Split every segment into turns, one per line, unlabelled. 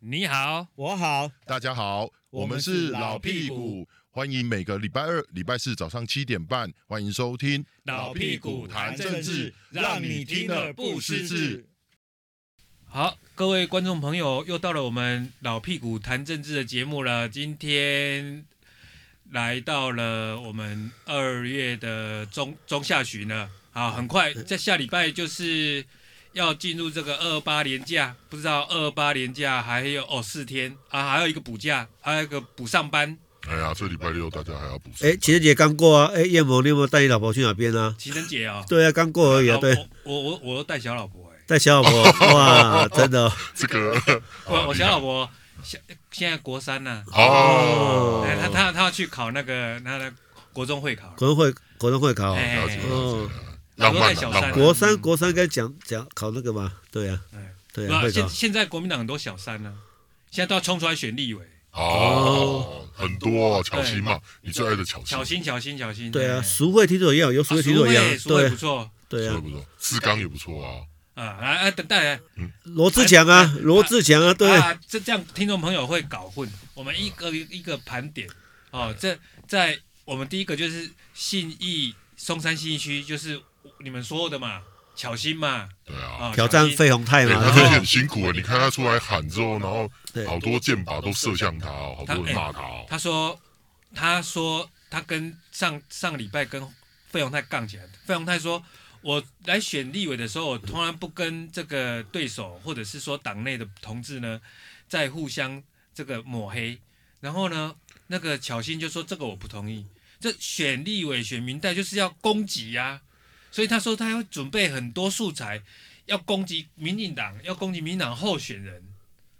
你好，
我好，
大家好，
我
我
们
们
是
是
老
老
屁
屁
股
股，欢迎每个礼拜二、礼拜四早上七点半，欢迎收听
老屁股谈政治
让你听了不失智。。
好，各位观众朋友，又到了我们老屁股谈政治的节目了。今天来到了我们二月的中中下旬了，好，很快在下礼拜就是要进入这个二八连假，不知道二八连假还有哦四天啊，还有一个补假，还有一个补上班。
哎呀，这礼拜六大家还要补
哎，情人节刚过啊，哎，燕萌，你有没有带你老婆去哪边啊？
情人节哦，
对啊，刚过而已啊，
啊
对，
我我我我都带小老婆哎、
带小老婆， 哇，真的哦，
这个
我我小老婆现现在国三呢、
哦
哎她她她要去考那个她的国中会考，
国中会国中会考哦，
哎
了解
哦，
老
浪
婆带
漫
小
了，
三
浪漫
国三
嗯
国三该讲讲考那个嘛，对啊
哎，
对
不
啊，
是
会
现
考，
现在国民党很多小三呢、啊现在都要冲出来选立委，
哦，很多哦巧心嘛，你最爱的巧
小
心，
心小心小心，
对啊，
哎
俗会听说一样，有俗
啊
会听说一样
淑慧，淑慧
对
不错
对
不错
啊，
不错，四缸也不错啊，
啊，来哎等待。
罗志祥啊，罗志祥啊，对，
啊，这这样听众朋友会搞混。我们一个一个盘点
哎
哦，这在我们第一个就是信义松山信义区，就是你们说的嘛，巧心嘛，
对啊。
啊，
挑
巧
战
心哎
费宏泰
对，
嘛
他，
对
最近很辛苦啊！你看他出来喊之后，然后
对
好多箭靶都射向他哦，好多人骂他哦。
他说，他说他跟上上礼拜跟费鸿泰杠起来。费鸿泰说，我来选立委的时候，我从来不跟这个对手或者是说党内的同志呢，在互相这个抹黑。然后呢，那个巧心就说这个我不同意，这选立委选民代就是要攻击呀、所以他说他要准备很多素材，要攻击民进党，要攻击民进党候选人。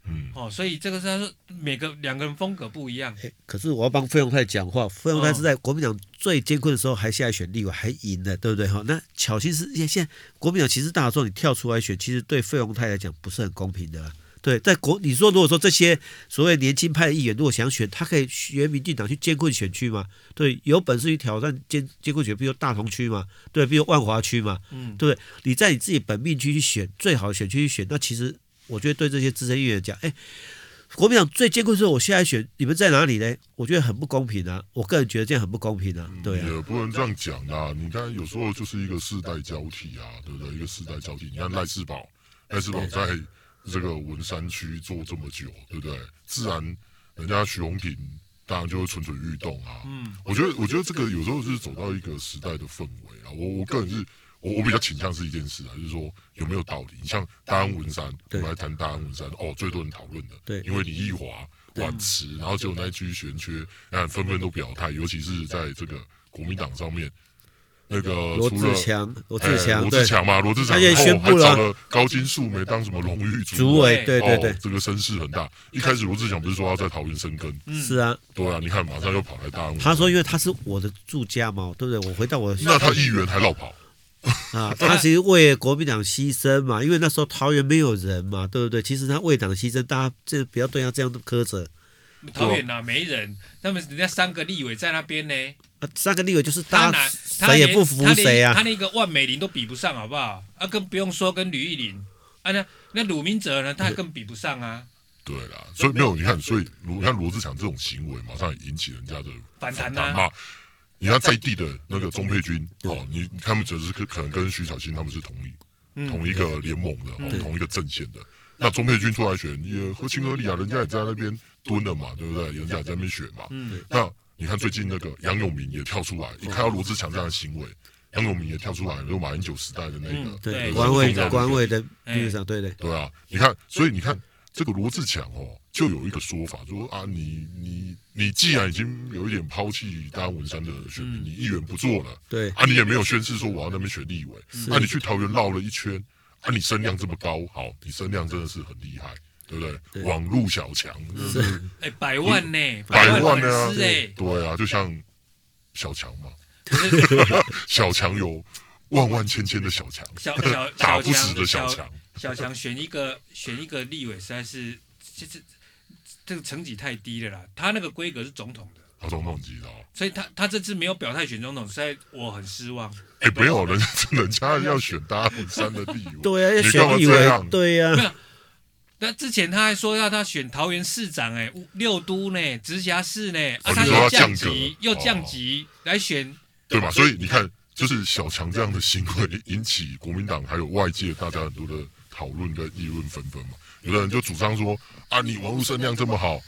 嗯，
哦，所以这个是他说每个两个人风格不一样。
哎可是我要帮费鸿泰讲话，费鸿泰是在国民党最艰困的时候还下来选立委，还赢了，对不对？哈，那巧心是现在国民党其实大的时候，你跳出来选，其实对费鸿泰来讲不是很公平的啦。对，在国你说如果说这些所谓年轻派的议员，如果想选，他可以学民进党去艰困选区嘛？对，有本事去挑战艰艰困选，比如大同区嘛，对，比如万华区嘛，
嗯，
对不对？你在你自己本命区去选最好的选区去选，那其实我觉得对这些资深议员讲，哎，国民党最艰困的时候，我现在选你们在哪里呢？我觉得很不公平啊！我个人觉得这样很不公平啊，对啊，
也不能这样讲啦。你看，有时候就是一个世代交替啊，对不对？一个世代交替。你看赖世宝，赖世宝在这个文山区做这么久，对不对？自然人家徐宏庭当然就会蠢蠢欲动啊。
嗯，
我觉得，我觉得这个有时候是走到一个时代的氛围啊。我我个人是，我我比较倾向是一件事啊，就是说有没有道理。你像大安文山，我
对
们来谈大安文山，哦，最多人讨论的，
对
因为李易华、晚池，然后结果那一区悬缺，那纷纷都表态，尤其是在这个国民党上面，那个
罗
除了
志强，罗
哎
志强，
罗
对
志，强嘛，罗志强
他也
哦
宣布
还找
了
了高金素梅当什么荣誉
主委，对对
哦
对，，
这个声势很大。一开始罗志祥不是说要在桃园生根，
是啊，
对啊，你看马上又跑来大安文山，
他说因为他是我的住家嘛，对不对？我回到我的
那他议员还绕跑。
啊，他其实为国民党牺牲嘛，因为那时候桃园没有人嘛，对不对？其实他为党牺牲，大家这不要对他这样苛责。
桃园呐、没人，他们人家三个立委在那边呢，
啊，三个立委就是
他
大
哪
家
他
谁
连
也不服
他连
谁啊
他，连一个万美玲都比不上，好不好？啊，更不用说跟吕玉玲啊，那那鲁明哲呢，他更比不上啊，
对啦，所以没有你看，所以罗你看罗志祥这种行为，马上也引起人家的
反弹呐、
反
啊。
骂。你看在地的那个钟佩君，哦，你他们只是可可能跟徐小新他们是同一
嗯
同一个联盟的，
嗯
哦，同一个阵线的。那钟佩君出来选也合情合理啊，人家也在那边蹲了嘛，对不对？人家也在那边选嘛。
嗯，
那你看最近那个杨永明也跳出来，一看到罗志祥这样的行为，杨永明也跳出来，就马英九时代的那
嗯
个
对
对，
我
官位
懂
官位的
哎
立场，对对，
对啊，你看，所以你看这个罗志强哦，就有一个说法，说啊，你你你既然已经有一点抛弃大家文山的选民，
嗯
你议员不做了，
对
啊，你也没有宣誓说我要那边选立委，
是
啊，你去桃园绕了一圈，啊，你声量这么高，好，你声量真的是很厉害，对不对？
对
网路小强，
是
哎、百万呢、
百
万
万
粉
呢、啊
丝 哎，
对啊，就像小强嘛，
可是
小强有万万千千的小强，
小小
打
小
不死的
强
小
小
强，
小强选一个选一个立委实在是，这这这个层级太低了啦，他那个规格是总统的。
他总统级的哦。
所以他他这次没有表态选总统，实在我很失望。
哎、没有 人，人家要选大安山的地位，
对啊，要
你干嘛
选立
这
委
样，
对呀
没有，那之前他还说要他选桃园市长、哎，五六都呢，直辖市呢，啊，
哦
他
你说
又
要
降
降
级
格，哦
又降级来选，
对吧？所以你看，就是小强这样的行为引起国民党还有外界大家很多的讨论跟议论纷纷嘛。有的人就主张说啊，你网络声量这么好，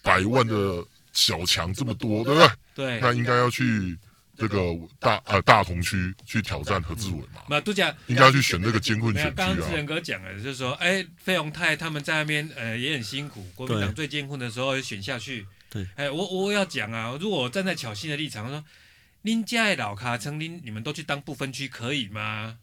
百万的小强这么多，对不对？
对，
那应该要去这个大呃大同区去挑战何志伟嘛，
嗯
嘛都讲。
应该要去选那个监困
没有，
选区
刚刚志仁
啊。
哥讲了，就是说，哎，费鸿泰他们在那边，呃，也很辛苦。国民党最艰困的时候也选下去，
对，
哎，我我要讲啊，如果我站在巧心的立场，我说，您家的老卡曾您你们都去当不分区可以吗？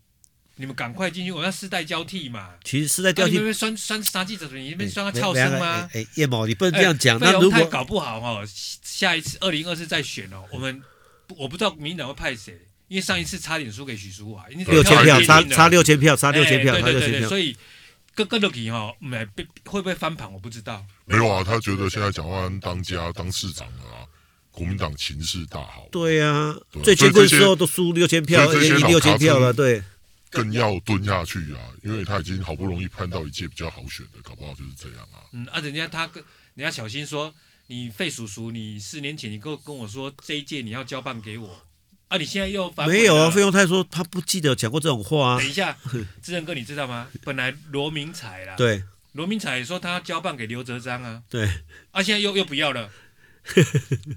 你们赶快进去，我要世代交替嘛。
其实是在
啊、
掉
你
进
们被酸酸啥记者，你
哎
们酸他
没
噪
没
声
那个
吗？
哎，哎叶某，你不能这样讲。
费
那
鸿
如
泰
果
搞不好哦，下一次二零二四再选哦，我们我不知道民进党会派谁，因为上一次差点输给许淑华，因为
六千
他
票，
已经
差
差
差六千票，差六千票，
哎
差
对
六
对对对，
千票。
所以各个问题哈，哦没被会不会翻盘我不知道。
没有啊，他觉得现在蒋万安当家当市长了啊，国民党情势大好，
对呀，最
对所以
艰困的
这
时
些
候都输六千票，
所以这
而且
些
赢
老
六千
咖
票了，
子
对。
更要蹲下去啊，因为他已经好不容易盼到一届比较好选的，搞不好就是这样啊。
嗯，啊，人家他跟人家小新说，你费叔叔，你四年前你跟我跟我说这一届你要交棒给我，啊，你现在又反悔
没有啊，
了
费。用泰说他不记得讲过这种话啊
等。一下，志仁哥，你知道吗？本来罗明才啦，
对
罗明才说他要交棒给刘哲章啊，
对，
啊，现在又又不要了。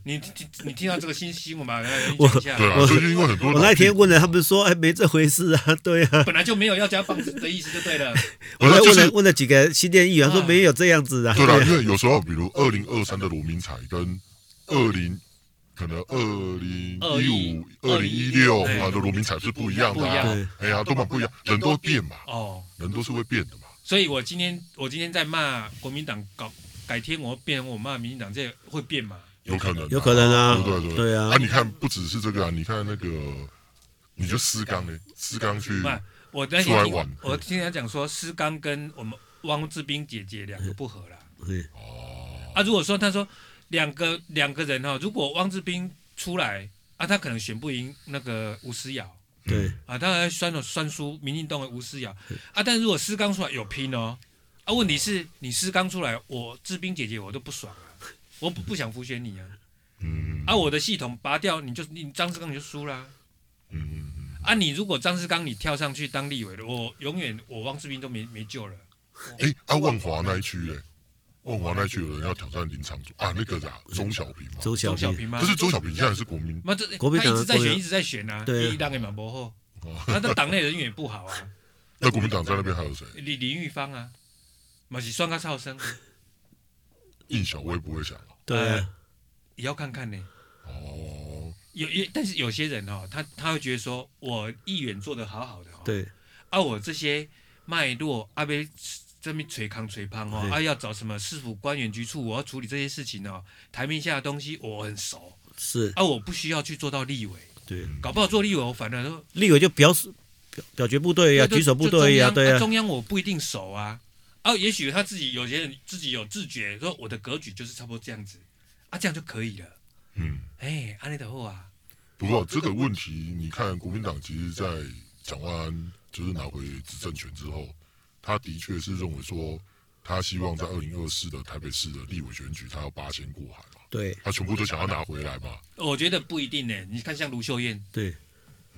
你你你听到这个新新闻吗？来你讲一
对
下，
啊，就是因为很多
我
老
那
屁
天问了，他们说哎没这回事啊，对啊。
本来就没有要交棒的 意思，就对了。
我
我说
还
就
问了
是
问了几个新店议员，他说
啊
没有这样子啊。
对啦，
啊
因为有时候比如二零二三的罗明彩跟二零可能二零一五、二零一六
哎
啊的罗明彩是不一样
不
的、
一
啊
样，
哎呀，都蛮不一样，人都会变嘛，
哦，
人都是会变的嘛。
所以我今天我今天在骂国民党搞，改天我变我骂民进党，这会变吗？
有可能、
有可能啊
对对
对啊
啊，你看不只是这个啊，你看那个，你就思刚呢，思刚去，
那我那
嗯出来
天
玩
听我听他讲说，施刚跟我们汪志斌姐姐两个不合啦。
嗯
哦
啊，如果说他说两个两个人哦，如果汪志斌出来啊，他可能选不赢那个吴思瑶
对
啊，他还酸了酸输民进党的吴思瑶
嗯
啊，但如果施刚出来有拼哦，啊，问题是你施刚出来，我志斌姐姐我都不爽啊，我不不想浮选你啊。
嗯
啊，我的系统拔掉，你就你张志刚你就输啦、
嗯嗯，
啊，你如果张志刚你跳上去当立委了，我永远我汪志斌都没没救了。
哎、啊，万华那一区嘞，万华那一区有人要挑战林长佐啊，那个啊，钟小平嘛，
周小
钟小
平，
平吗
可？是钟小平现在是国民，
妈这
国民
他
党
一直在
国
选，
民党
一直在选啊，
对啊
第一档也蛮薄厚，
哦、
他的党内人缘也不好啊。
那国民党在那边还有谁？
李林玉芳啊，嘛是双个超生，
印小薇不会想啊
对
呃
啊，
也要看看呢、
哦，
有有，但是有些人哦，他他会觉得说，我议员做的好好的、哦，，
对
啊，我这些脉络啊，被这边捶康捶胖哦，
对
啊，要找什么市府官员局处，我要处理这些事情哦，台面下的东西我很熟，
是，
啊，我不需要去做到立委，
对。
搞不好做立委，我反而说
立委就表示表表决部队呀、
对
举手部队呀、
就中
对
央
呀、
啊中央我不一定熟啊，啊，也许他自己有些人自己有自觉，说我的格局就是差不多这样子，啊，这样就可以了，
嗯。
哎，安利的后啊，
不过哦这个问题，你看国民党其实，在蒋万安就是拿回执政权之后，他的确是认为说，他希望在二零二四的台北市的立委选举，他要八仙过海嘛，
对
他全部都想要拿回来嘛。
我觉得不一定呢、你看像卢秀燕，
对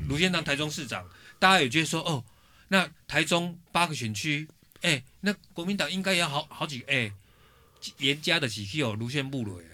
卢县当台中市长，大家也觉得说，哦，那台中八个选区，哎、那国民党应该也要好好几个，哎、严加的起去哦，卢县部落呀，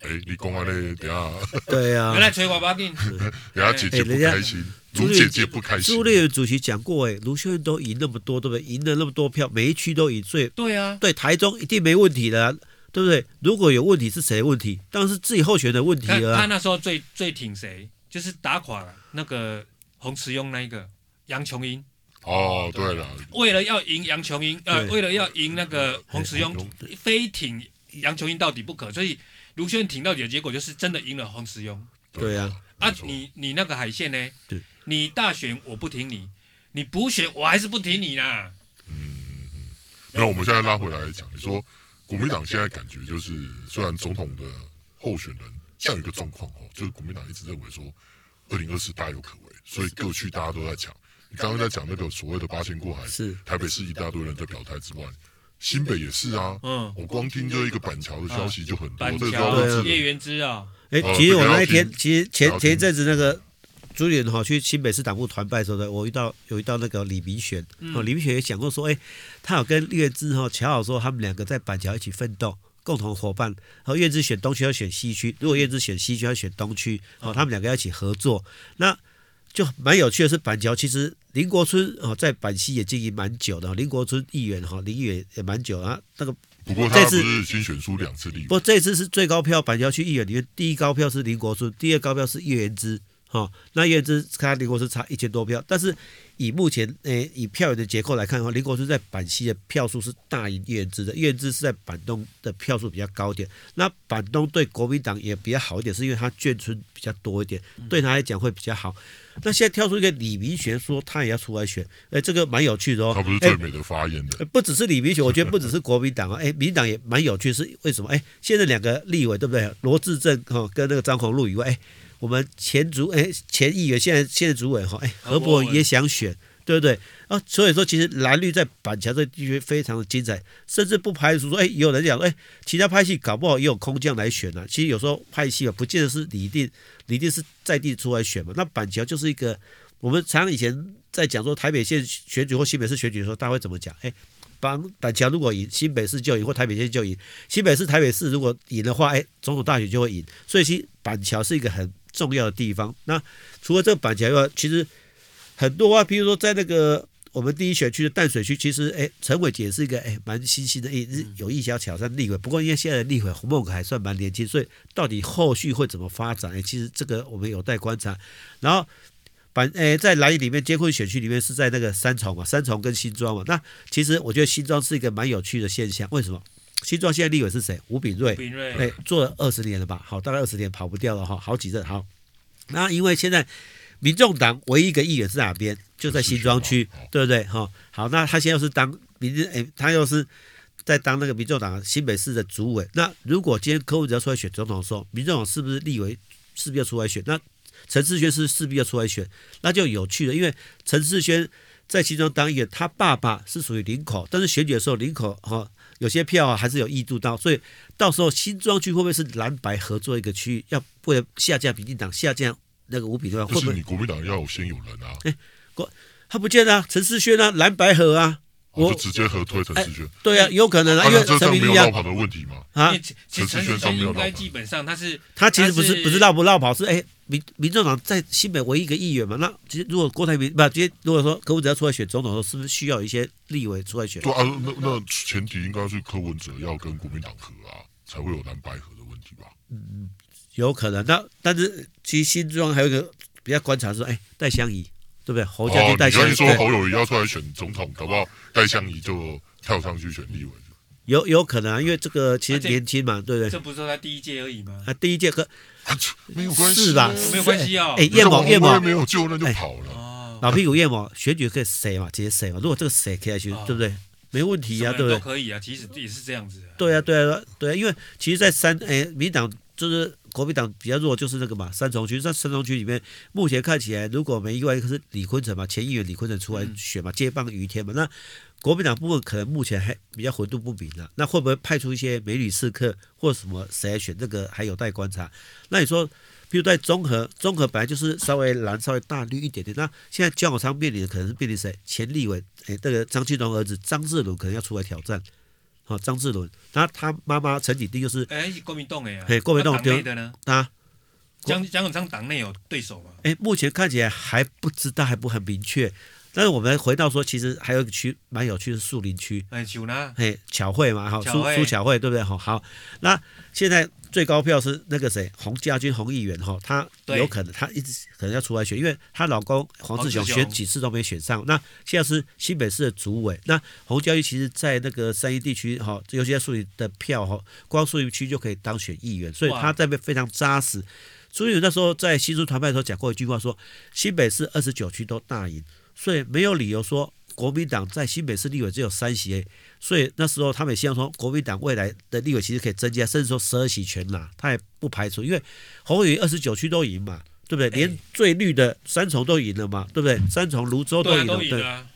哎，你公安嘞，等下
对啊呀、
原来吹娃娃劲，
等下姐姐不开心，卢姐姐不开心
朱，立伦主席讲过、哎，卢秀燕都赢那么多，对不对？赢了那么多票，每一区都赢，所以
对啊，
对台中一定没问题的啊、对不对？如果有问题是谁的问题？当然是自己候选人的问题
他
了
他
啊、
那时候最最挺谁，就是打垮那个洪慈庸那一个杨琼英，
哦，对了，
为了要赢杨琼英，呃，
对
为了要赢那个洪慈庸
洪，
非挺杨琼英到底不可，所以卢秀燕挺到底的结果就是真的赢了洪慈庸。
对呀、
啊
没，错
你你那个海线呢
对？
你大选我不挺你，你补选我还是不挺你啦。
那我们现在拉回来讲，你说国民党现在感觉就是，虽然总统的候选人像有一个状况哦，就是国民党一直认为说，二零二四大有可为，所以各区大家都在抢。你刚刚在讲那个所谓的八仙过海，
是
台北市一大堆人在表态之外，新北也是啊。
嗯，
我光听这一个板桥的消息就很多，
板
这个
桥
都是
对
叶元之啊，
哎、
哦
其实我
不要
那一天，
听
其实
不
前
要听
前一阵子那个朱立伦哈去新北市党部团拜的时候呢，我遇到有遇到那个李明玄，哦，李明玄也讲过说，哎、他有跟岳志哈乔好说，他们两个在板桥一起奋斗。共同伙伴，然后岳志选东区要选西区，如果岳志选西区要选东区，哦，他们两个要一起合作，那就蛮有趣的是，板桥其实林国春哦在板西也经营蛮久的，哦林国春议员哈林议员也蛮久啊，那个
不过他
这
不
次
是新选出两次立
不
委，
过这一次是最高票板桥区议员里面第一高票是林国春，第二高票是叶元之。哈、哦，那叶元之跟他林国春差一千多票，但是以目前诶、以票源的结构来看的话，林国春在板西的票数是大于叶元之的，叶元之是在板东的票数比较高一点。那板东对国民党也比较好一点，是因为他眷村比较多一点，
嗯
对他来讲会比较好。那现在挑出一个李明玄说他也要出来选，诶，这个蛮有趣的哦。
他不是
诶
最美的发言人。
呃不只是李明选，我觉得不只是国民党啊， 哎，民进党也蛮有趣，是为什么？哎，现在两个立委对不对？罗志正哈、哦、跟那个张宏禄以外，哎，我们前主哎前议员，现在现在主委哈，哎，
何
何
伯
伯
文
文也想选，对不对？啊，所以说其实蓝绿在板桥这地区非常的精彩，甚至不排除说，哎，有人讲，哎，其他派系搞不好也有空降来选呢、其实有时候派系啊，不见得是你一定你一定是在地出来选嘛。那板桥就是一个，我们常常以前在讲说台北县选举或新北市选举的时候，大家会怎么讲？哎，板板桥如果赢，新北市就赢，或台北县就赢；新北市、台北市如果赢的话，哎，总统大选就会赢。所以其实板桥是一个很重要的地方。那除了这个板桥以外，其实很多啊，比如说在那个我们第一选区的淡水区，其实哎，陈伟杰也是一个哎蛮新兴的，哎是有意想挑战立委。不过因为现在的立委洪孟凯还算蛮年轻，所以到底后续会怎么发展？哎，其实这个我们有待观察。然后。板诶，在蓝营里面，监控选区里面是在那个三重嘛，三重跟新庄嘛。那其实我觉得新庄是一个蛮有趣的现象，为什么？新庄现在立委是谁？吴炳瑞，
炳瑞，
对，哎做了二十年了吧？好，大概二十年跑不掉了哈，好几任好。那因为现在民众党唯一一个议员是哪边？就在新庄区对不
就是新庄哦，
对？哈，好，那他现在又是当民进，哎，他又是在当那个民众党新北市的主委。那如果今天柯文哲要出来选总统的时候，民众党是不是立委势必要出来选？那陈志轩是势必要出来选，那就有趣了，因为陈志轩在新庄当议员，他爸爸是属于林口，但是选举的时候林口哈、哦有些票啊还是有异度到，所以到时候新庄区会不会是蓝白合作一个区域？要为了下架民进党，下架那个吴炳瑞，
就
哎会不
是
会
你国民党要有先有人啊，
他不见了、啊？陈世轩啊，蓝白合啊，
我
我
就直接合推陈世轩，
对啊，有可能啊，
啊
因为
那这
陈
样
明
没有
利
绕
啊
跑的问题吗？
啊
因为，其其实
陈
陈
世
世
轩
轩
没有
应
闹
该
嘛
基本上他是
他其实
他
不是
是
不是绕不绕跑，是哎民民众党在新北唯一一个议员嘛。那其实如果郭台铭不，今天如果说柯文哲要出来选总统的时候，是不是需要一些立委出来选？
对啊，那那前提应该是柯文哲要跟国民党合啊，才会有蓝白合的问题吧？
有可能。那但是其实新庄还有一个比较观察是，哎，戴香怡对不对？侯家
哦，
就戴
你
香
刚
怡，
一说
对
侯友谊要出来选总统，搞不好戴相仪就跳上去选立委。
有有可能啊，因为这个其
而
实
且
年轻嘛，对不对？
这不是说他第一届而已吗？
啊，第一届和
啊这没有关系，
是吧？
没有关系哦
哎，
你
燕
看
某
王
燕
国威
某
没有啊救，那就跑
哎
了。
哦，
老屁股燕某选举可以谁嘛，直接谁嘛。如果这个谁可以去
哦，
对不对？没问题
什
啊，
么
对不
人
对
都？可以啊，其实也是这样子啊。
对啊，对啊，对啊，因为其实，在三诶，民党就是国民党比较弱，就是那个嘛，三重区。在三重区里面，目前看起来，如果没意外，是李坤城嘛，前议员李坤城出来
嗯
选嘛，接棒于天嘛。那国民党部分可能目前还比较混沌不明啊，那会不会派出一些美女刺客或什么谁来选？这个还有待观察。那你说，比如在综合，综合本来就是稍微蓝、稍微大绿一点点，那现在江永昌面临的可能是面临谁？前立委，诶，那个张庆荣儿子张志伦可能要出来挑战。好、张志伦，然后他妈妈陈景定就是
哎，国民党哎呀，
嘿国民党
那党内的呢？
他，国
蒋蒋永昌党内有对手吗？
哎，目前看起来还不知道，还不很明确。但是我们回到说，其实还有一个区蛮有趣的树林区，
哎，九呢？
嘿，巧慧嘛，哈，
巧
苏
慧
苏巧慧对不对？哈，好，那现在最高票是那个谁，洪家军，洪议员哈，她
对
有可能，她一直可能要出来选，因为她老公黄志雄
黄志雄
选几次都没选上，那现在是新北市的主委，那洪家军其实在那个三一地区哈，尤其在树林的票哈，光树林区就可以当选议员，所以
哇
她在那边非常扎实。所以那时候在新竹团派的时候讲过一句话说新北市二十九区都大赢，所以没有理由说国民党在新北市立委只有三席而已，所以那时候他们也希望说国民党未来的立委其实可以增加，甚至说十二席全拿，他也不排除，因为侯友宜二十九区都赢嘛，对不对？
哎
连最绿的三重都赢了嘛，对不对？三重、泸州都
对啊，
赢了，
都赢了啊。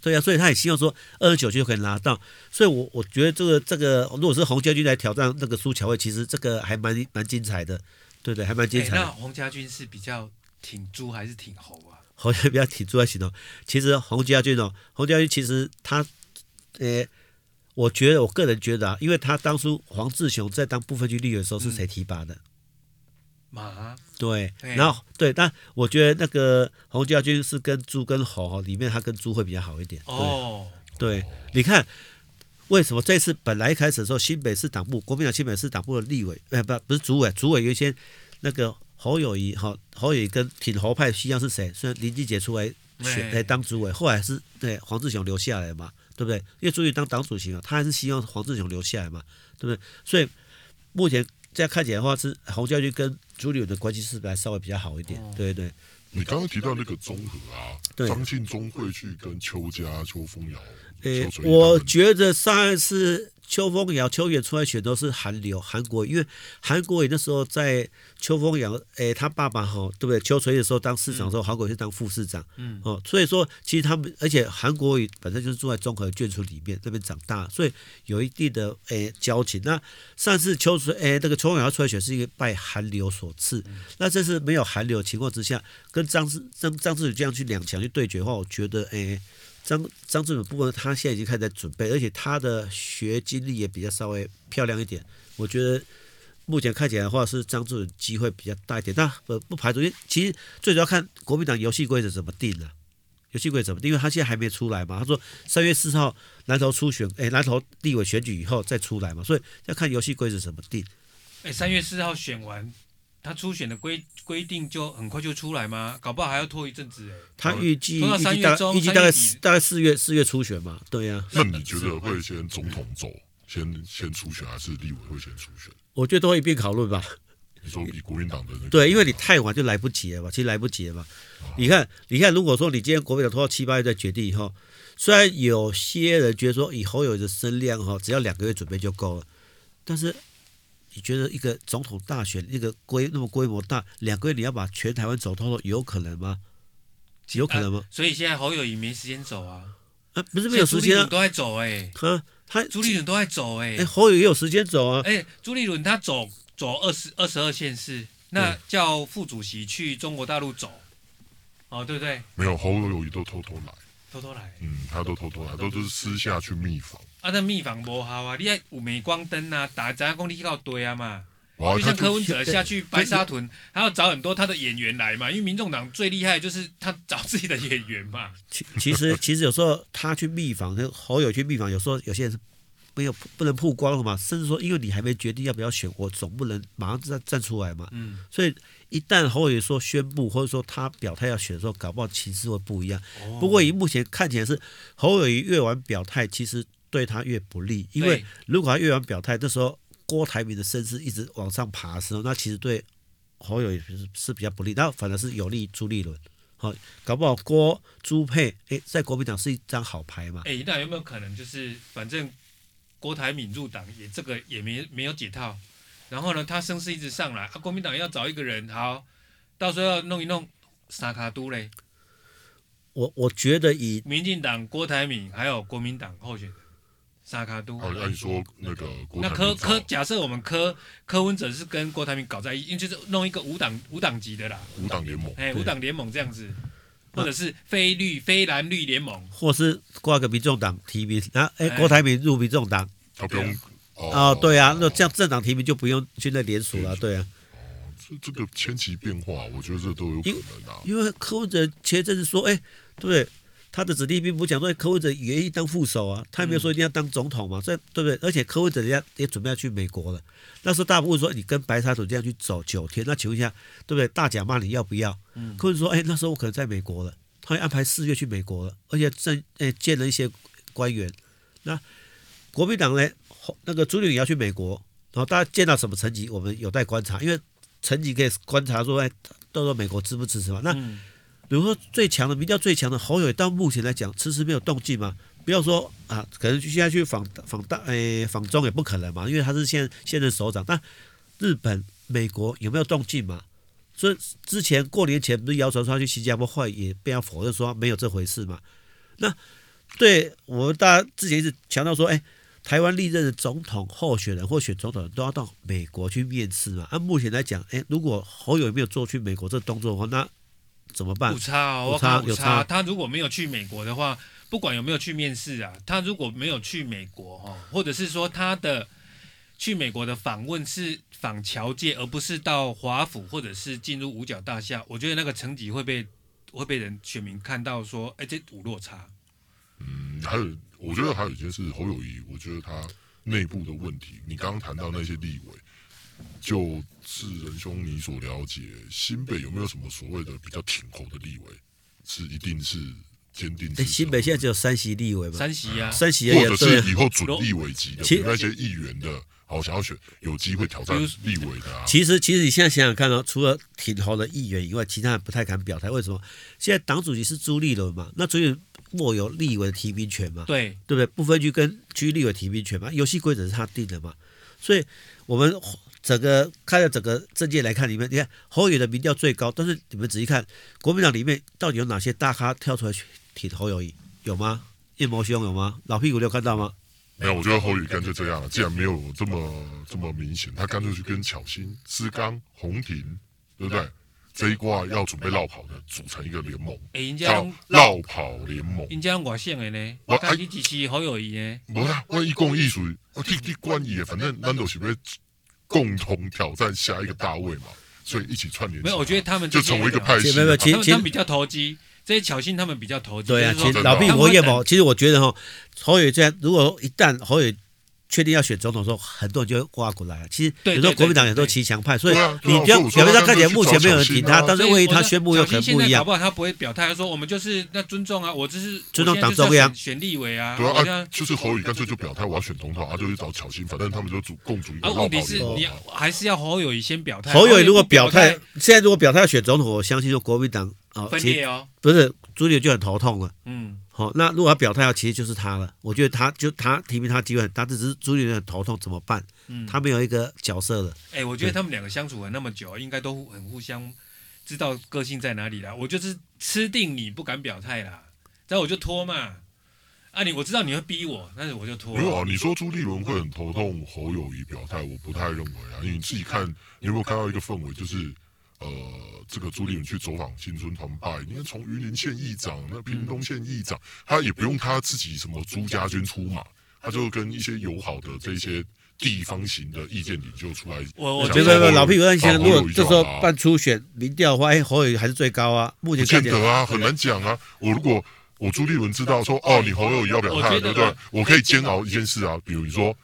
对啊，所以他也希望说二十九区就可以拿到。所以我我觉得这个这个，如果是洪家军来挑战那个苏乔慧，其实这个还蛮蛮精彩的，对对，还蛮精
哎，
彩
那
的。
洪家军是比较挺猪还是挺猴啊？
洪家军比较挺住在形容，其实洪家军哦，洪家军其实他，呃，我觉得我个人觉得啊，因为他当初黄志雄在当部分区立委的时候是谁提拔的？
马啊
对，
嗯对
然后对，但我觉得那个洪家军是跟猪跟猴哦里面，他跟猪会比较好一点。对
哦，
对，你看为什么这次本来一开始的时候，新北市党部国民党新北市党部的立委，呃，不不是主委，主委原先那个侯友谊哈，侯友谊跟挺侯派西样是谁？虽然林俊杰出来选
哎
来当主委，后来是对黄志雄留下来嘛，对不对？因为朱立当党主席嘛，他还是希望黄志雄留下来嘛，对不对？所以目前这样看起来的话，是洪家军跟朱立伦的关系是不是还稍微比较好一点？对对
你刚刚提到那个综合啊，
对
张庆忠会去跟邱家、邱风瑶、
诶
邱，垂一
呃我
他们
觉得上一次邱风瑶、邱远出来选都是韩流韩国瑜，因为韩国瑜那时候在邱风瑶，诶，他爸爸哈，对不对？邱垂的时候当市长的时候，韩国瑜是当副市长，
嗯，
哦，所以说其实他们，而且韩国瑜本身就是住在中和眷村里面那边长大，所以有一定的诶交情。那上次邱垂诶那个邱永尧出来选是一个拜韩流所赐，那这次没有韩流的情况之下，跟张志张张志宇这样去两强去对决的话，我觉得诶。张张志远部分，他现在已经开始在准备，而且他的学经历也比较稍微漂亮一点。我觉得目前看起来的话，是张志远机会比较大一点，但不不排除，因为其实最主要看国民党游戏规则怎么定了、游戏规则怎么定，因为他现在还没出来嘛。他说三月四号南投初选，哎，南投立委选举以后再出来嘛，所以要看游戏规则怎么定。
哎，三月四号选完，他初选的规规定就很快就出来吗？搞不好还要拖一阵子哎。
他预计
通常
预
三
计
月
大概
中
预计
三
大概
月底
四大概四月四月初选嘛，对啊呀、
那你觉得会先总统走，先先初选，还是立委会先初选？
我觉得都会一并讨论吧。
你说以国民党的那个
对，因为你太晚就来不及了嘛，其实来不及了嘛。你看，你看，如果说你今天国民党拖到七八月再决定以后，虽然有些人觉得说以侯友宜的声量哈，只要两个月准备就够了，但是你觉得一个总统大选那个规那么规模大，两个月你要把全台湾走透了，有可能吗？有可能吗？
所以现在侯友谊没时间走啊，
啊，不是没有时间
现在朱立
啊
伦，都在走哎，
他他
朱立伦都在走哎
哎，侯友宜也有时间走啊，
哎，朱立伦他走走二十二十二县市，那叫副主席去中国大陆走，哦，对不对？
没有侯友谊都偷偷来，
偷偷来
嗯，他都偷偷来，都都是私下去密访。
啊，那密访不好啊，你爱有镁光灯啊，打咱工地靠堆啊嘛。
哇，
就
哦他
像
就
柯文哲下去白沙屯，他要找很多他的演员来嘛，因为民众党最厉害就是他找自己的演员 嘛。
其其实其实有时候他去密访，那个好友去密访，有时候有些人是没有不能曝光了嘛，甚至说因为你还没决定要不要选，我总不能马上站站出来嘛。
嗯，
所以一旦侯友宜说宣布或者说他表态要选的时候，搞不好情势会不一样。
哦
不过以目前看起来是侯友宜越晚表态，其实对他越不利，因为
对
如果他越晚表态，那时候郭台铭的声势一直往上爬的时候，那其实对侯友宜是是比较不利，那反而是有利朱立伦。好，搞不好郭朱佩诶，在国民党是一张好牌嘛？
哎、那有没有可能就是反正郭台铭入党也这个也没没有解套，然后呢他声势一直上来，啊国民党要找一个人，好，到时候要弄一弄沙卡都嘞，
我我觉得以
民进党郭台铭还有国民党候选人沙卡都。哎
哦，按说那个国
那
台
柯
民
柯
造
假设我们柯柯文哲是跟郭台铭搞在一起，因为就是弄一个无党无党籍的啦，
五党联盟，
哎，五党联盟这样子，或者是非绿、非蓝绿联盟，
或是挂个民众党提名，然后诶，
哎
郭台铭入民众党，
他不用
哦，对啊，那这样政党提名就不用去那联署了，对啊，
这这个千奇变化，我觉得这都有可能啊。
因为柯文哲前阵子说，哎，对不对？他的子弟兵不讲说哎柯文哲愿意当副手啊，他也没有说一定要当总统嘛，这、对不对？而且柯文哲人家也准备要去美国了，那时候大部分说你跟白沙屯这样去走九天，那请问一下，对不对？大甲骂你要不要？
嗯
柯文哲说，哎，那时候我可能在美国了，他会安排四月去美国了，而且正哎见了一些官员，那国民党呢，后那个朱立伦也要去美国，然后大家见到什么成绩，我们有待观察，因为成绩可以观察说，哎，到时候美国支不支持嘛？那
嗯，
比如说最强的民调最强的侯友宜，到目前来讲迟迟没有动静嘛。不要说啊，可能现在去访访大诶访中也不可能嘛，因为他是现现任首长。那日本、美国有没有动静嘛？所以之前过年前不是谣传说他去新加坡，后来也被他否认说没有这回事嘛。那对我们大家之前一直强调说，哎，台湾历任的总统候选人或选总统都要到美国去面试嘛。按、目前来讲，哎，如果侯友没有做去美国这动作的话，那怎么办
有？差哦，
有
我
差
看有
有差
差。他如果没有去美国的话，不管有没有去面试啊，他如果没有去美国哈，或者是说他的去美国的访问是访侨界，而不是到华府或者是进入五角大厦，我觉得那个成绩会被会被人选民看到说，哎、这有落差。
嗯，还有，我觉得还有一件事，侯友谊，我觉得他内部的问题，你刚刚谈到那些立委，就是仁兄你所了解，新北有没有什么所谓的比较挺侯的立委，是一定是坚定
哎，
是
新北现在只有三席立委嘛，
三席啊，
三席也
或
有
者
对
是
啊，
以后准立委级的
其实
那些议员的，好想要选有机会挑战
比如说
立委的啊，
其实，其实你现在想想看哦，除了挺侯的议员以外，其他人不太敢表态。为什么？现在党主席是朱立伦嘛，那朱立伦握有立委的提名权嘛，
对，
对不对？不分区跟区立委提名权嘛，游戏规则是他定的嘛。所以，我们整个看了整个政界来看，里面你看侯友宜的民调最高，但是你们仔细看国民党里面到底有哪些大咖跳出来去挺侯友谊？有吗？叶谋兄有吗？老屁股你有看到吗？
没有，我觉得侯友宜干脆这样了，既然没有这么这么明显，他干脆去跟巧心、思刚、红婷，对不对？这一挂要准备绕跑的，组成一个联盟。
哎、人家
叫
用
绕跑联盟。
人家用外省的呢，
我
我看你支持侯友谊呢，
无啦，我一共艺术，我替替关也，反正咱都是要共同挑战下一个大位嘛，所以一起串联起来。
没有，我觉得他们
就
这些
成为一个
人啊
派系
没有没有
嘛。
呃其
他们
实其
他
实
们比较投机，这些巧心他们比较投机。
对啊，
就
其
是
实
说
真的
老
哦
毕
他们
我
会
也
等
某，其实我觉得哈，侯友宜这样，如果一旦侯友宜确定要选总统的时候，很多人就会挂过来了。啊其实
对
有时候
对对
国民党
对
也都
对
骑墙派，所以
对啊对啊
你不要
所以
表
我说
面上
他
看起来
干脆
目
去
前没有人
找小
挺
新
他，
啊
但是
所以
万一
我
他
就
宣布有
小新
可能
现
不
在
一
搞
样。
不好他不会表态，他说我们就是那尊重啊，我只是
尊
我现
重
在
党
就是要
中央
选选立委啊，
对
我现
啊，
在
啊就是侯友宜干脆就表态我要选总统，啊，就去找巧心，反正他们就组共组一
啊，
个绕跑
问题是
联盟
你
嘛。
还是要侯友谊先表态。
哦侯友宜如果表
侯友
态
宜，
现在如果表态要选总统，我相信说国民党啊
不，表态分
其实
裂哦，
不是朱立伦就很头痛了。
嗯，
好、那如果他表态要，其实就是他了。我觉得他就他提名他机会很大，这只是朱立伦很头痛，怎么办？
嗯
他没有一个角色了。
哎、我觉得他们两个相处了那么久，应该都很互相知道个性在哪里啦。我就是吃定你不敢表态啦，然后我就拖嘛。啊你，我知道你会逼我，但是我就拖
没。有啊，你说朱立伦会很头痛侯友谊表态，我不太认为啊，因为你自己看，你有没有看到一个氛围，就是呃，这个朱立伦去走访新春团拜，你看从云林县议长、那屏东县议长，他也不用他自己什么朱家军出马，他就跟一些友好的这些地方型的意见领袖出来，
我我
想
别
觉
别
得
别，
说
老屁股，那你想
找
想
侯
如
友
果
宜
这
就
时候
好啊
办初选民调的话，哎，侯友宜还是最高啊。目
不
前看
见
起来
得啊，很难讲啊。我如果我朱立伦知道说，哦，你侯友宜要表态，
我觉得
对不对？我可以煎熬一件事啊，比如说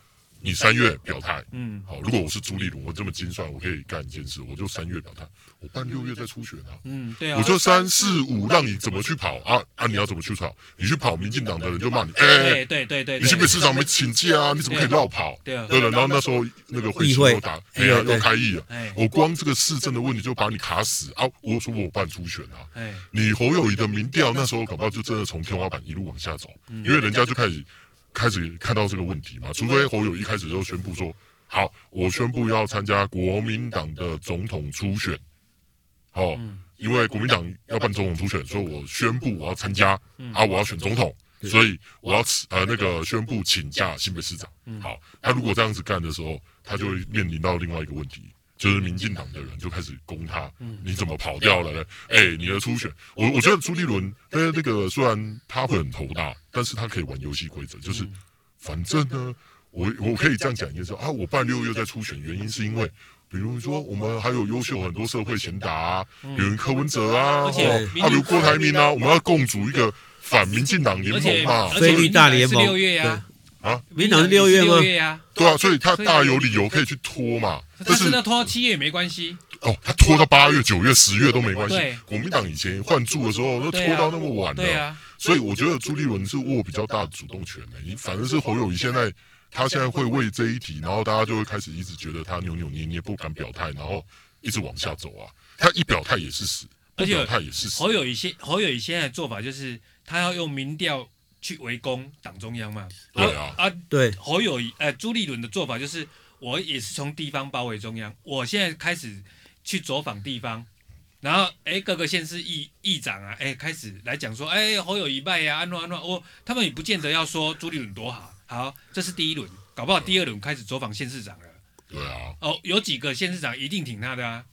你三月表态，
嗯，
好，如果我是朱立伦，我这么精算，我可以干一件事，我就三月表态，我办六月再初选啊，
嗯，对啊，
我就三四五让你怎么去跑啊啊，你要怎么去跑？你去跑，民进党的人就骂你，哎、
对对对对，
你新北市长没请假啊，你怎么可以绕跑？
对啊
对了，然后那时候那个会期
议会
又打，
哎
哎呀，
对
又开议啊
哎，
我光这个市政的问题就把你卡死啊！我说我办初选啊，
哎，
你侯友谊的民调那时候搞不好就真的从天花板一路往下走，因为人家就开始开始看到这个问题嘛。除非侯友谊一开始就宣布说，好，我宣布要参加国民党的总统初选，好、因为国民党要办总统初选，所以我宣布我要参加、啊，我要选总统，所以我要辞呃那个宣布请假新北市长。好，他如果这样子干的时候，他就会面临到另外一个问题。就是民进党的人就开始攻他，
嗯
你怎么跑掉了呢？哎、你的初选，我我觉得朱立伦，呃，那个虽然他会很头大，但是他可以玩游戏规则，
嗯
就是反正呢，我我可以这样讲一件事啊，我办六月再初选，原因是因为，比如说我们还有优秀很多社会贤达、啊，比如柯文哲啊，
嗯而且
哦
民进
啊，比如郭台铭啊，我们要共组一个反民进党
而
联盟
且
嘛
而，且
菲律
民进
大
党
联
是
盟
六月啊，
对啊，
民进党是六月吗
六月啊，
对啊，所以他大有理由可以去拖嘛，但
但是
是
那拖到七月也没关系，
哦，他拖到八月、九月、十月都没关系
啊对。
国民党以前换柱的时候都拖
对啊
到那么晚了，
对啊，
所以我觉得朱立伦是握比较大的主动权的、你反正是侯友谊现在，他现在会为这一题，然后大家就会开始一直觉得他扭扭捏捏不敢表态，然后一直往下走啊。他一表态也是死，不
而且
表态也是死。
侯友宜现侯友宜现在的做法就是他要用民调去围攻党中央嘛。
对啊
啊，
对
侯友宜呃朱立伦的做法就是，我也是从地方包围中央，我现在开始去走访地方，然后哎各个县市议议长啊，哎开始来讲说，哎侯友谊败呀，安诺安诺，哦，他们也不见得要说朱立伦多好，好，这是第一轮，搞不好第二轮开始走访县市长了。
对啊，
哦，有几个县市长一定挺他的啊，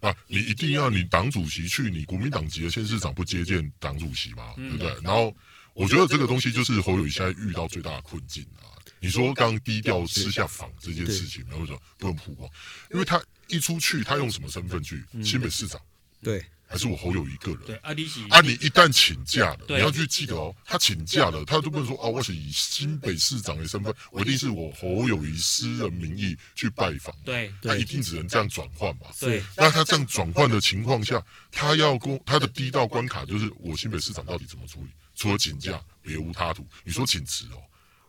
啊，你一定要你党主席去，你国民党籍的县市长不接见党主席嘛，
嗯
对不对？然后我觉得这个东西就是侯友宜现在遇到最大的困境啊。你说刚刚低调私下访这件事情，然后说不能曝光，因为他一出去，他用什么身份去？新北市长
对
还是我侯友宜个
嗯对，
人？
阿里喜
啊，你一旦请假了，
对
你要去记得哦，他请假了，他都不能说啊，我是以新北市长的身份，我一定是我侯友宜私人名义去拜访，
对
他
对
一定只能这样转换嘛。
对
那他这样转换的情况下，他要公他的第一道关卡就是我新北市长到底怎么处理？除了请假，别无他途。你说请辞哦，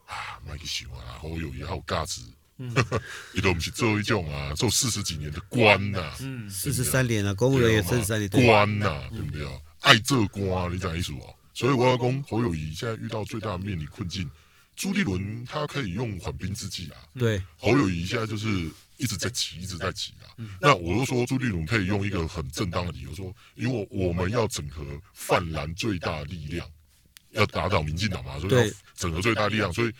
啊，麦克喜欢啊，侯友谊还有价值，
嗯
你都不是做一种啊，做四十几年的官呐、
嗯，
四十三年了，公务人
对啊
员
嘛
四十三年，对
官呐、对不对啊？爱这官，你讲意思哦。所以我要讲侯友谊现在遇到最大的面临困境，朱立伦他可以用缓兵之计啊，
对
侯友谊现在就是一直在急，一直在急啊。那我又说朱立伦可以用一个很正当的理由说，因为我们要整合泛蓝最大力量，要打倒民进党嘛，所以
对
要整合最大力量，所以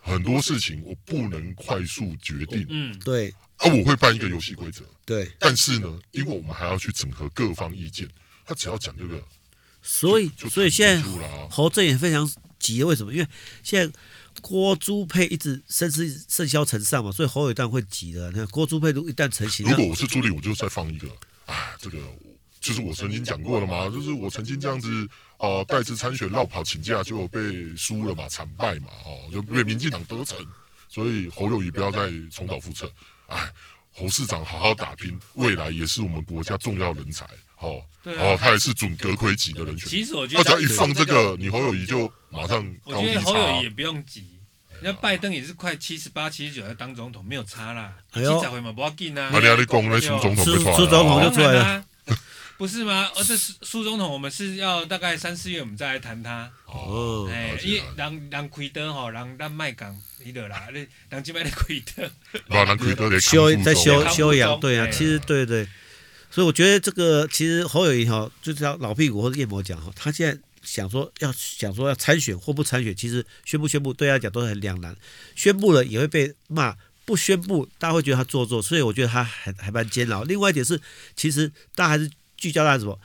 很多事情我不能快速决定，
嗯，
对
啊，我会办一个游戏规则，
对，
但是呢，因为我们还要去整合各方意见，他只要讲这个
所以
就
所以现在
出了啊。
侯正也非常急，为什么？因为现在郭朱配一直甚至盛嚣尘上嘛，所以侯友宜当然会急的。那郭朱配如果一旦成型，
如
那
果我是朱立，我就再放一个，啊，这个我就是我曾经讲过了嘛，就是我曾经这样子，呃，代职参选绕跑请假，结果被输了嘛，惨败嘛，哦，就被民进党得逞，所以侯友谊不要再重蹈覆辙，哎，侯市长好好打拼，未来也是我们国家重要人才，哦，
对啊
哦，他也是准阁魁级的人选，
其实我觉
他
得
只要一放这个，你侯友谊就马上
我
高
觉
低
得侯友宜也
差，啊
不用急，人家拜登也是快七十八、七十九在当总统，没有差啦，
哎
七
呦
十回嘛不要紧啊
那。你还得讲那苏总统
苏
被抓
苏
了
总统
哦
就出来了
当然啊， 不是吗？而这苏苏总统，我们是要大概三四月我们再来谈他。
哦，
哦，
哎
了，解
因为
了
人人开灯吼，人咱卖讲伊落啦，你人即摆咧开灯，
把南奎哥给
修啊在修
康复
修养，
中
对啊，
哎
其实对对，所以我觉得这个其实侯友宜哈，就是要老屁股或者叶某讲哈，他现在想说要想说要参选或不参选，其实宣不宣布对他讲都很两难，宣布了也会被骂。不宣布，大家会觉得他做作，所以我觉得他还还蛮煎熬。另外一点是，其实大家还是聚焦在什么？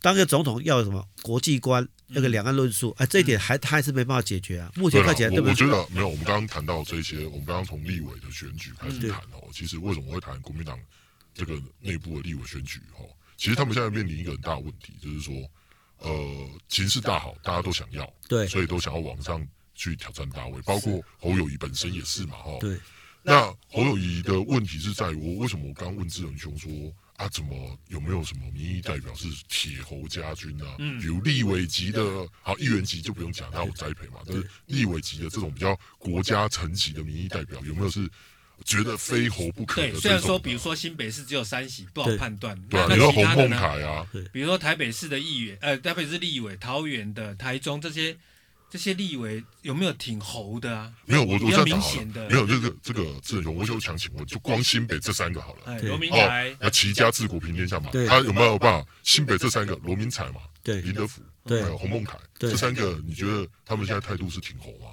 当个总统要有什么国际观，那个两岸论述，哎、这一点还他还是没办法解决啊。目前
对了
看起来，，对
我
不
我觉
对？
得没有，我们刚刚谈到这些，我们刚刚从立委的选举开始
嗯对
谈哦。其实为什么会谈国民党这个内部的立委选举哦？其实他们现在面临一个很大的问题，就是说，呃，形势大好，大家都想要，
对
所以都想要往上去挑战大位，包括侯友谊本身也是嘛，哦哈。
对
那侯友谊的问题是在于我为什么我刚刚问志仁兄说啊，怎么有没有什么民意代表是铁侯家军啊？
嗯
比如立委级的，好议员级就不用讲，他有栽培嘛。但是立委级的这种比较国家层级的民意代表，有没有是觉得非侯不可的
对，
这种？
虽然说比如说新北市只有三席，不好
对
判断。
对啊，
那
你说
那其
洪
他的
孟
呢？
凯啊，
比如说台北市的议员，呃，台北市立委、桃园的、台中这些这些立委有没有挺猴的啊？
没有我我
比
这
较
样讲
明
好了
显，的
没，有这个这个志仁兄，我就想请问，就光新北这三个好了。
哎，
对
罗明
哦
台，，
那齐家治国平天下嘛，
对
他有没有办法？新北这三个罗明才嘛，
对
林德福，
对
还有洪孟凯，
对
这三个，你觉得他们现在态度是挺红吗？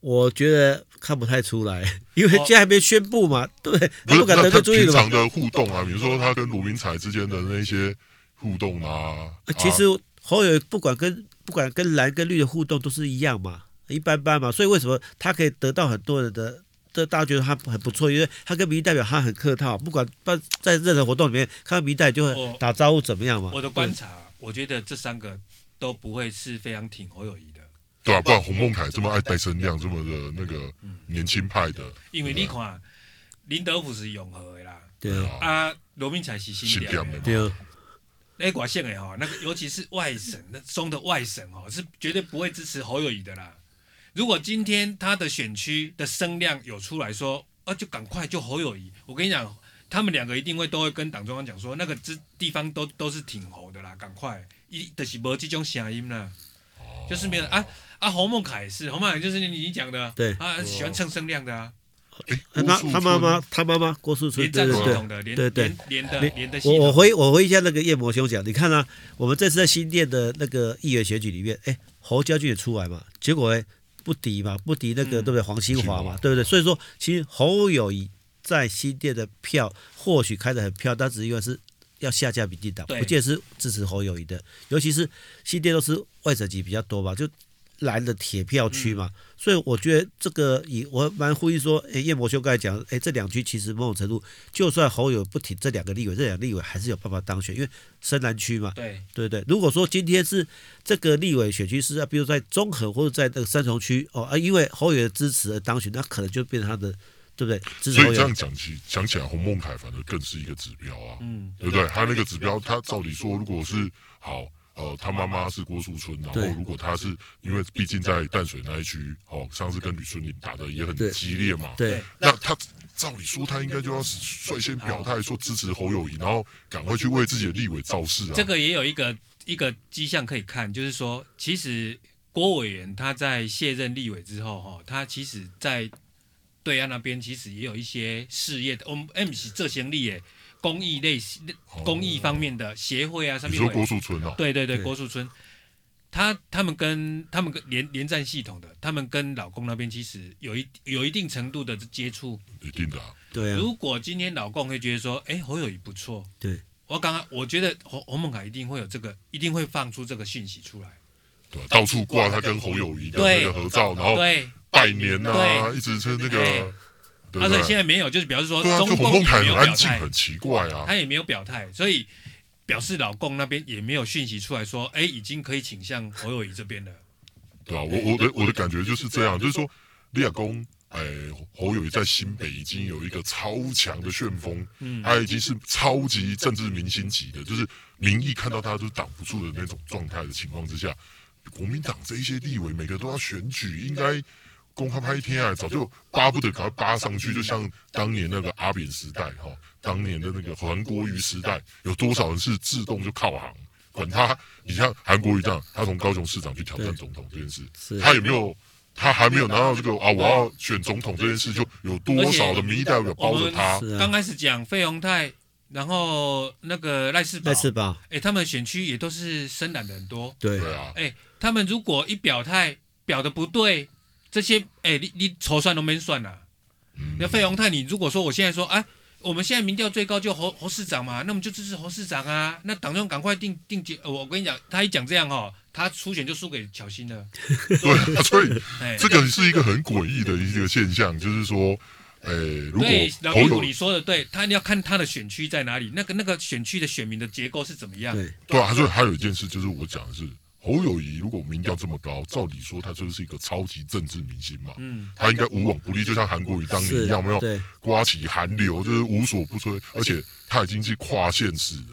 我觉得看不太出 来，因为现在还没宣布嘛，对不对？他不敢
哦那
得
他
罪朱立
平
伦嘛
常。的互动啊，比如说他跟罗明才之间的那些互动啊，
呃其实侯友宜不管跟不管跟蓝跟绿的互动都是一样嘛，一般般嘛。所以为什么他可以得到很多人的？这大家觉得他很不错，因为他跟民意代表他很客套，不管办在任何活动里面看到民意代表就
哦
我
会打招呼怎么样嘛。
我的观察，我觉得这三个都不会是非常挺侯友谊的，
啊对吧、不然洪孟凯这么爱戴声量，这么的那个年轻派的，
因为你看林德福是永和的啦，
对
对
对
啊，
啊，罗明才是新
新
疆
疆的
的
嘛。
对啊，
哎，寡县哎哈，那个尤其是外省那中的外省哦，是绝对不会支持侯友谊的啦。如果今天他的选区的声量有出来说，啊，就赶快就侯友谊，我跟你讲，他们两个一定会都会跟党中央讲说，那个支地方都都是挺侯的啦，赶快，一就是没这种声音啦，就是没有啊啊，侯孟凯也是，侯孟凯就是你你讲的
对
啊，喜欢蹭声量的啊，
哎，
他
郭
妈
树
他妈妈
春
他妈妈郭树春，
连
对
战
对
系
对
统的，连
对对
连连的
连
连的系
我我
统，
回我回一下那个叶魔兄讲，你看啊，我们这次在新店的那个议员选举里面，哎，侯家俊也出来嘛，结果哎不敌嘛，不敌那个、
嗯
对不对？黄兴华
黄兴
嘛
华，
对不对？所以说，其实侯友谊在新店的票或许开得很漂亮，但只是因为是要下架民进党，
对
不见得是支持侯友谊的，尤其是新店都是外省籍比较多嘛，就蓝的铁票区嘛，所以我觉得这个以我蛮呼吁说，诶，叶魔兄刚才讲，诶，这两区其实某种程度，就算侯友不挺这两个立委，这两个立委还是有办法当选，因为深蓝区嘛，
对
对不对？如果说今天是这个立委选区是啊，比如在中和或者在那个三重区哦啊，因为侯友的支持而当选，那可能就变成他的对不对？支持
所
侯
以这
友
样，讲起讲起来，洪孟凯反而更是一个指标啊，
嗯，
对不对？他那个指标，他照理说，如果是好，呃，他妈妈是郭树春，然后
对
如果他是因为毕竟在淡水那一区，哦，上次跟吕春林打的也很
对
激烈嘛，
对
那他照理说他应该就要率先表态说支持侯友谊，然后赶快去为自己的立委造势啊。
这个也有一个一个迹象可以看，就是说，其实郭委员他在卸任立委之后，哈，他其实在对岸那边其实也有一些事业的，我们 M 是这些立业公益类公益方面的协会啊，上
你
面
说
会
郭树春哦，
对对对，
对
郭树春，他他们跟他们跟连连战系统的，他们跟老公那边其实有一有一定程度的接触。
一定的、啊，
对啊，
如果今天老公会觉得说，哎，侯友谊不错，
对
我刚刚我觉得侯侯孟凯一定会有这个，一定会放出这个讯息出来。
对吧到处挂他跟侯友谊的那个合照，然后
对，
拜年啊，
对
一直是那个
哎，
对
而
不
且现
对？
在没有，就是表示说
对啊，
中
就
共
洪孟凯
也没有
很
表
安静，
态，
很奇怪啊。
他也没有表态，所以表示老公那边也没有讯息出来说，哎，已经可以倾向侯友谊这边了。
对啊，我我的我的啊感觉就是这样，就是说，李亚公，哎，侯友谊在新北已经有一个超强的旋风，
嗯
他已经是超级政治明星级的，就是民意看到他都挡不住的那种状态的情况之下，国民党这一些立委每个都要选举，应该公开拍天啊，早就巴不得赶快扒上去，就像当年那个阿扁时代哈、当年的那个韩国瑜时代，有多少人是自动就靠行？管他，你像韩国瑜这样，他从高雄市长去挑战
对
总统这件事，
是
他有没有？他还没有拿到这个啊！我要选总统这件事，就有多少的民意代表包着他
我？们是啊
刚开始讲费鸿泰，然后那个赖世宝
赖，世宝
哎，他们选区也都是深蓝的很多。
对
对啊，
哎，他们如果一表态表的不对，这些哎，你你筹算都没算啦、
嗯
那费鸿泰，你如果说我现在说，哎，我们现在民调最高就侯侯市长嘛，那我们就支持侯市长啊。那党中赶快定定结、呃我跟你讲，他一讲这样哦，他初选就输给巧芯了。
对啊， 所以
哎，
这个是一个很诡异的一个现象，就是说，呃，如果
对，老
侯
屁股
友
你说的对，他你要看他的选区在哪里，那个那个选区的选民的结构是怎么样。
对
对啊，所以还有一件事就是我讲的是侯友谊，如果民调这么高，照理说他就是一个超级政治明星嘛，
嗯，
他应该无往不利，就啊像韩国瑜当年
是
一样，没有
对
刮起寒流，就是无所不摧，而且他已经是跨县市了。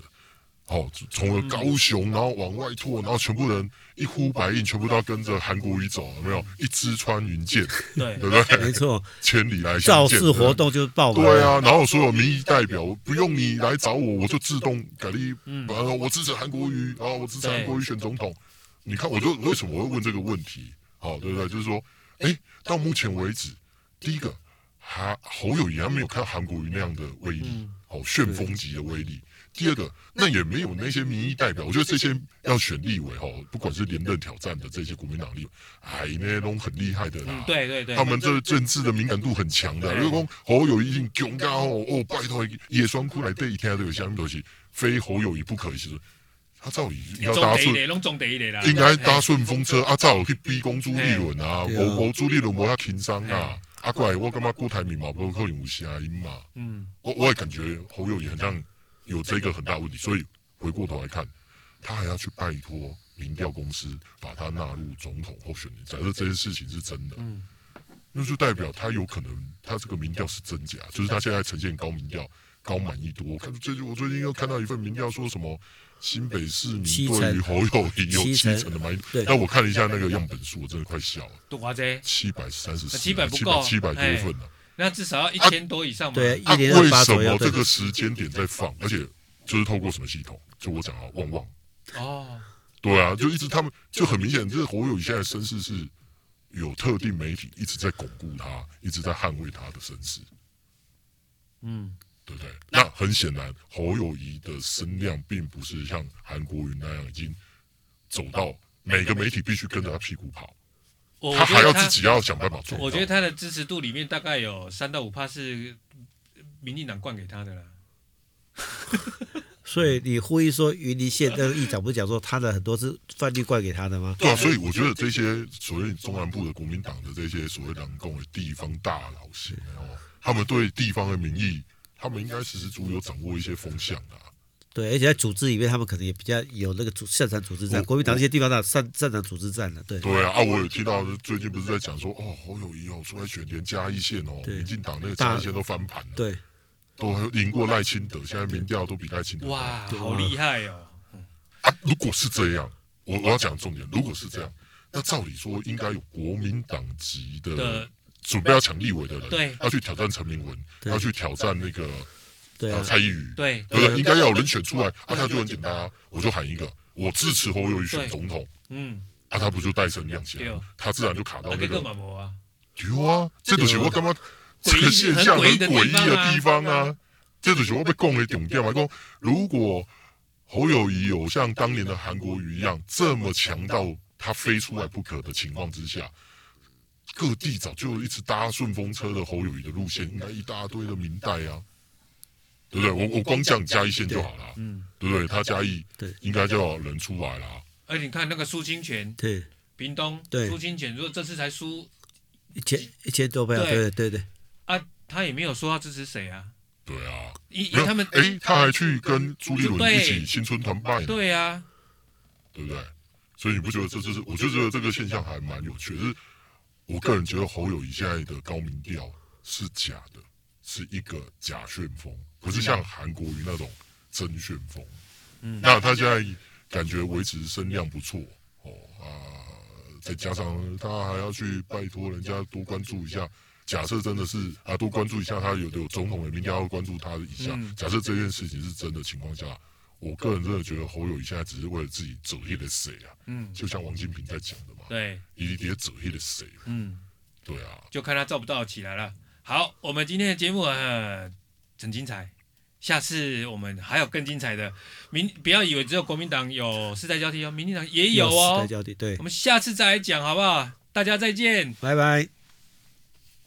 哦，从了高雄，然后往外拓，然后全部人一呼百应，全部都要跟着韩国瑜走，有没有？一支穿云箭，
对
对不对？
没错，
千里来相
造
见。
势
对不对
活动就是爆满，
对，啊，然后所有民意代表不用你来找我，我就自动改立，
嗯
呃，我支持韩国瑜啊，我支持韩国瑜选总统。你看，我就为什么会问这个问题？好，对不对？就是说，哎，到目前为止，第一个，还侯友谊还没有看韩国瑜那样的威力
嗯，
哦，旋风级的威力。第二个，那也没有那些民意代表，我觉得这些要选立委哦，不管是连任挑战的这些国民党立委，哎，那些都很厉害的啦。
嗯，对对对
他，们这政治的敏感度很强的，因为讲侯友谊已经强到哦，哦拜托叶双库来对一天都有下面东西，非侯友谊不可。其实他照理应该搭
中第一
顺，
类，拢中第一类啊哎啦。
应该搭顺风车啊，照理去逼宫朱立伦啊，
嘿
无无朱立伦无他轻伤啊，啊过来我感觉郭台铭嘛，不可能有声音嘛，
嗯，
我我也感觉侯友谊好像有这个很大问题，所以回过头来看，他还要去拜托民调公司把他纳入总统候选人。假设这件事情是真的，
嗯
那就代表他有可能他这个民调是真假，就是他现在呈现高民调、高满意度。我看最近我最近又看到一份民调说什么新北市民
七成
对于侯友谊有
七
七
成
成的满意度
对，
那我看了一下那个样本数，我真的快笑了，
多夸张。
七百三十四，
700不啊
七
够
百七百多
哎
份了、
那至少要一千多以上嘛。
对，一
啊，
零
为
二八
什
左右，
么
对
这个时间点在放？而且就是透过什么系统？就我讲啊，旺旺。
哦，
对啊，就一直他们就很明显，这侯友谊现在身世是有特定媒体一直在巩固他，一直在捍卫他的声势，
嗯，
对不对？那很显然，侯友谊的声量并不是像韩国瑜那样已经走到每个媒体必须跟着他屁股跑，
我
他
我
还
觉得
要
他
自，己要想办法做到。
我觉得他的支持度里面大概有三到五趴是民进党灌给他的啦。
所以你呼吁说，云林县的议长不是讲说他的很多是范例怪给他的吗？
对啊，所以我觉得这些所谓中南部的国民党的这些所谓党共的地方大佬型哦，他们对地方的民意，他们应该实时足有掌握一些风向的啊、
对，而且在组织里面，他们可能也比较有那个组擅长组织战，
我
国民党这些地方大擅擅长组织战了，对。
对啊，啊，我有听到最近不是在讲说，哦，侯友谊哦出来选连嘉义县哦，
对
民进党那个
大
嘉义县都翻盘了，
对，
都赢过赖清德，现在民调都比赖清德高
哇，好厉害哦！
啊！如果是这样，我我要讲重点，如果是这样，那照理说应该有国民党籍的
的
准备要抢立委的人，
对
要去挑战陈明文，
对
要去挑战那个
对啊，
啊蔡依瑜，
对
对不对？应该要有人选出来，啊，他就很简单啊，我就喊一个，我支持侯友谊选
对
总统，
嗯，
啊，他不就带声亮起来
对，
他自然就卡到
那个
那个
干。嘛不啊？
有啊，这种情况干嘛？这
诡异
个现象很
很
诡
诡
异
异的
的地
地
方
方啊
啊，这种情况被供给顶掉嘛。讲如果侯友谊有像当年的韩国瑜一样这么强到他非出来不可的情况之下，各地早就有一直搭顺风车的侯友谊的路线，应该一大堆的明代啊，对不对？我我光这样加一线就好了，
嗯，
对不对？他加一，
对
应该就有人出来了。
而且你看那个苏清泉，
对，
屏东，
对
苏清泉，如果这次才输
一千一千多倍啊，对
对
对对，
啊，他也没有说要支持谁啊，
对啊，
因
没
因
有
他们
哎，他还去跟朱立伦
对
一起新春团拜呢。
对啊，
对不对？所以你不觉得这就是？我就觉得这个现象还蛮有趣。就是我个人觉得侯友谊现在的高民调是假的，是一个假旋风，不是像韩国瑜那种真旋风。
嗯
那他现在感觉维持声量不错哦啊，再加上他还要去拜托人家多关注一下。假设真的是啊，多关注一下他有的有总统的民调要关注他一下。
嗯
假设这件事情是真的情况下，我个人真的觉得侯友谊现在只是为了自己折黑的谁啊，
嗯，
就像王金平在讲的嘛，
对，
你底下折黑的谁？
嗯，
对啊，
就看他造不造起来了。好，我们今天的节目呃很精彩，下次我们还有更精彩的。民不要以为只有国民党有世代交替哦，民进党也有
时代
哦。
交替，对
我，们下次再来讲好不好？大家再见。
拜拜。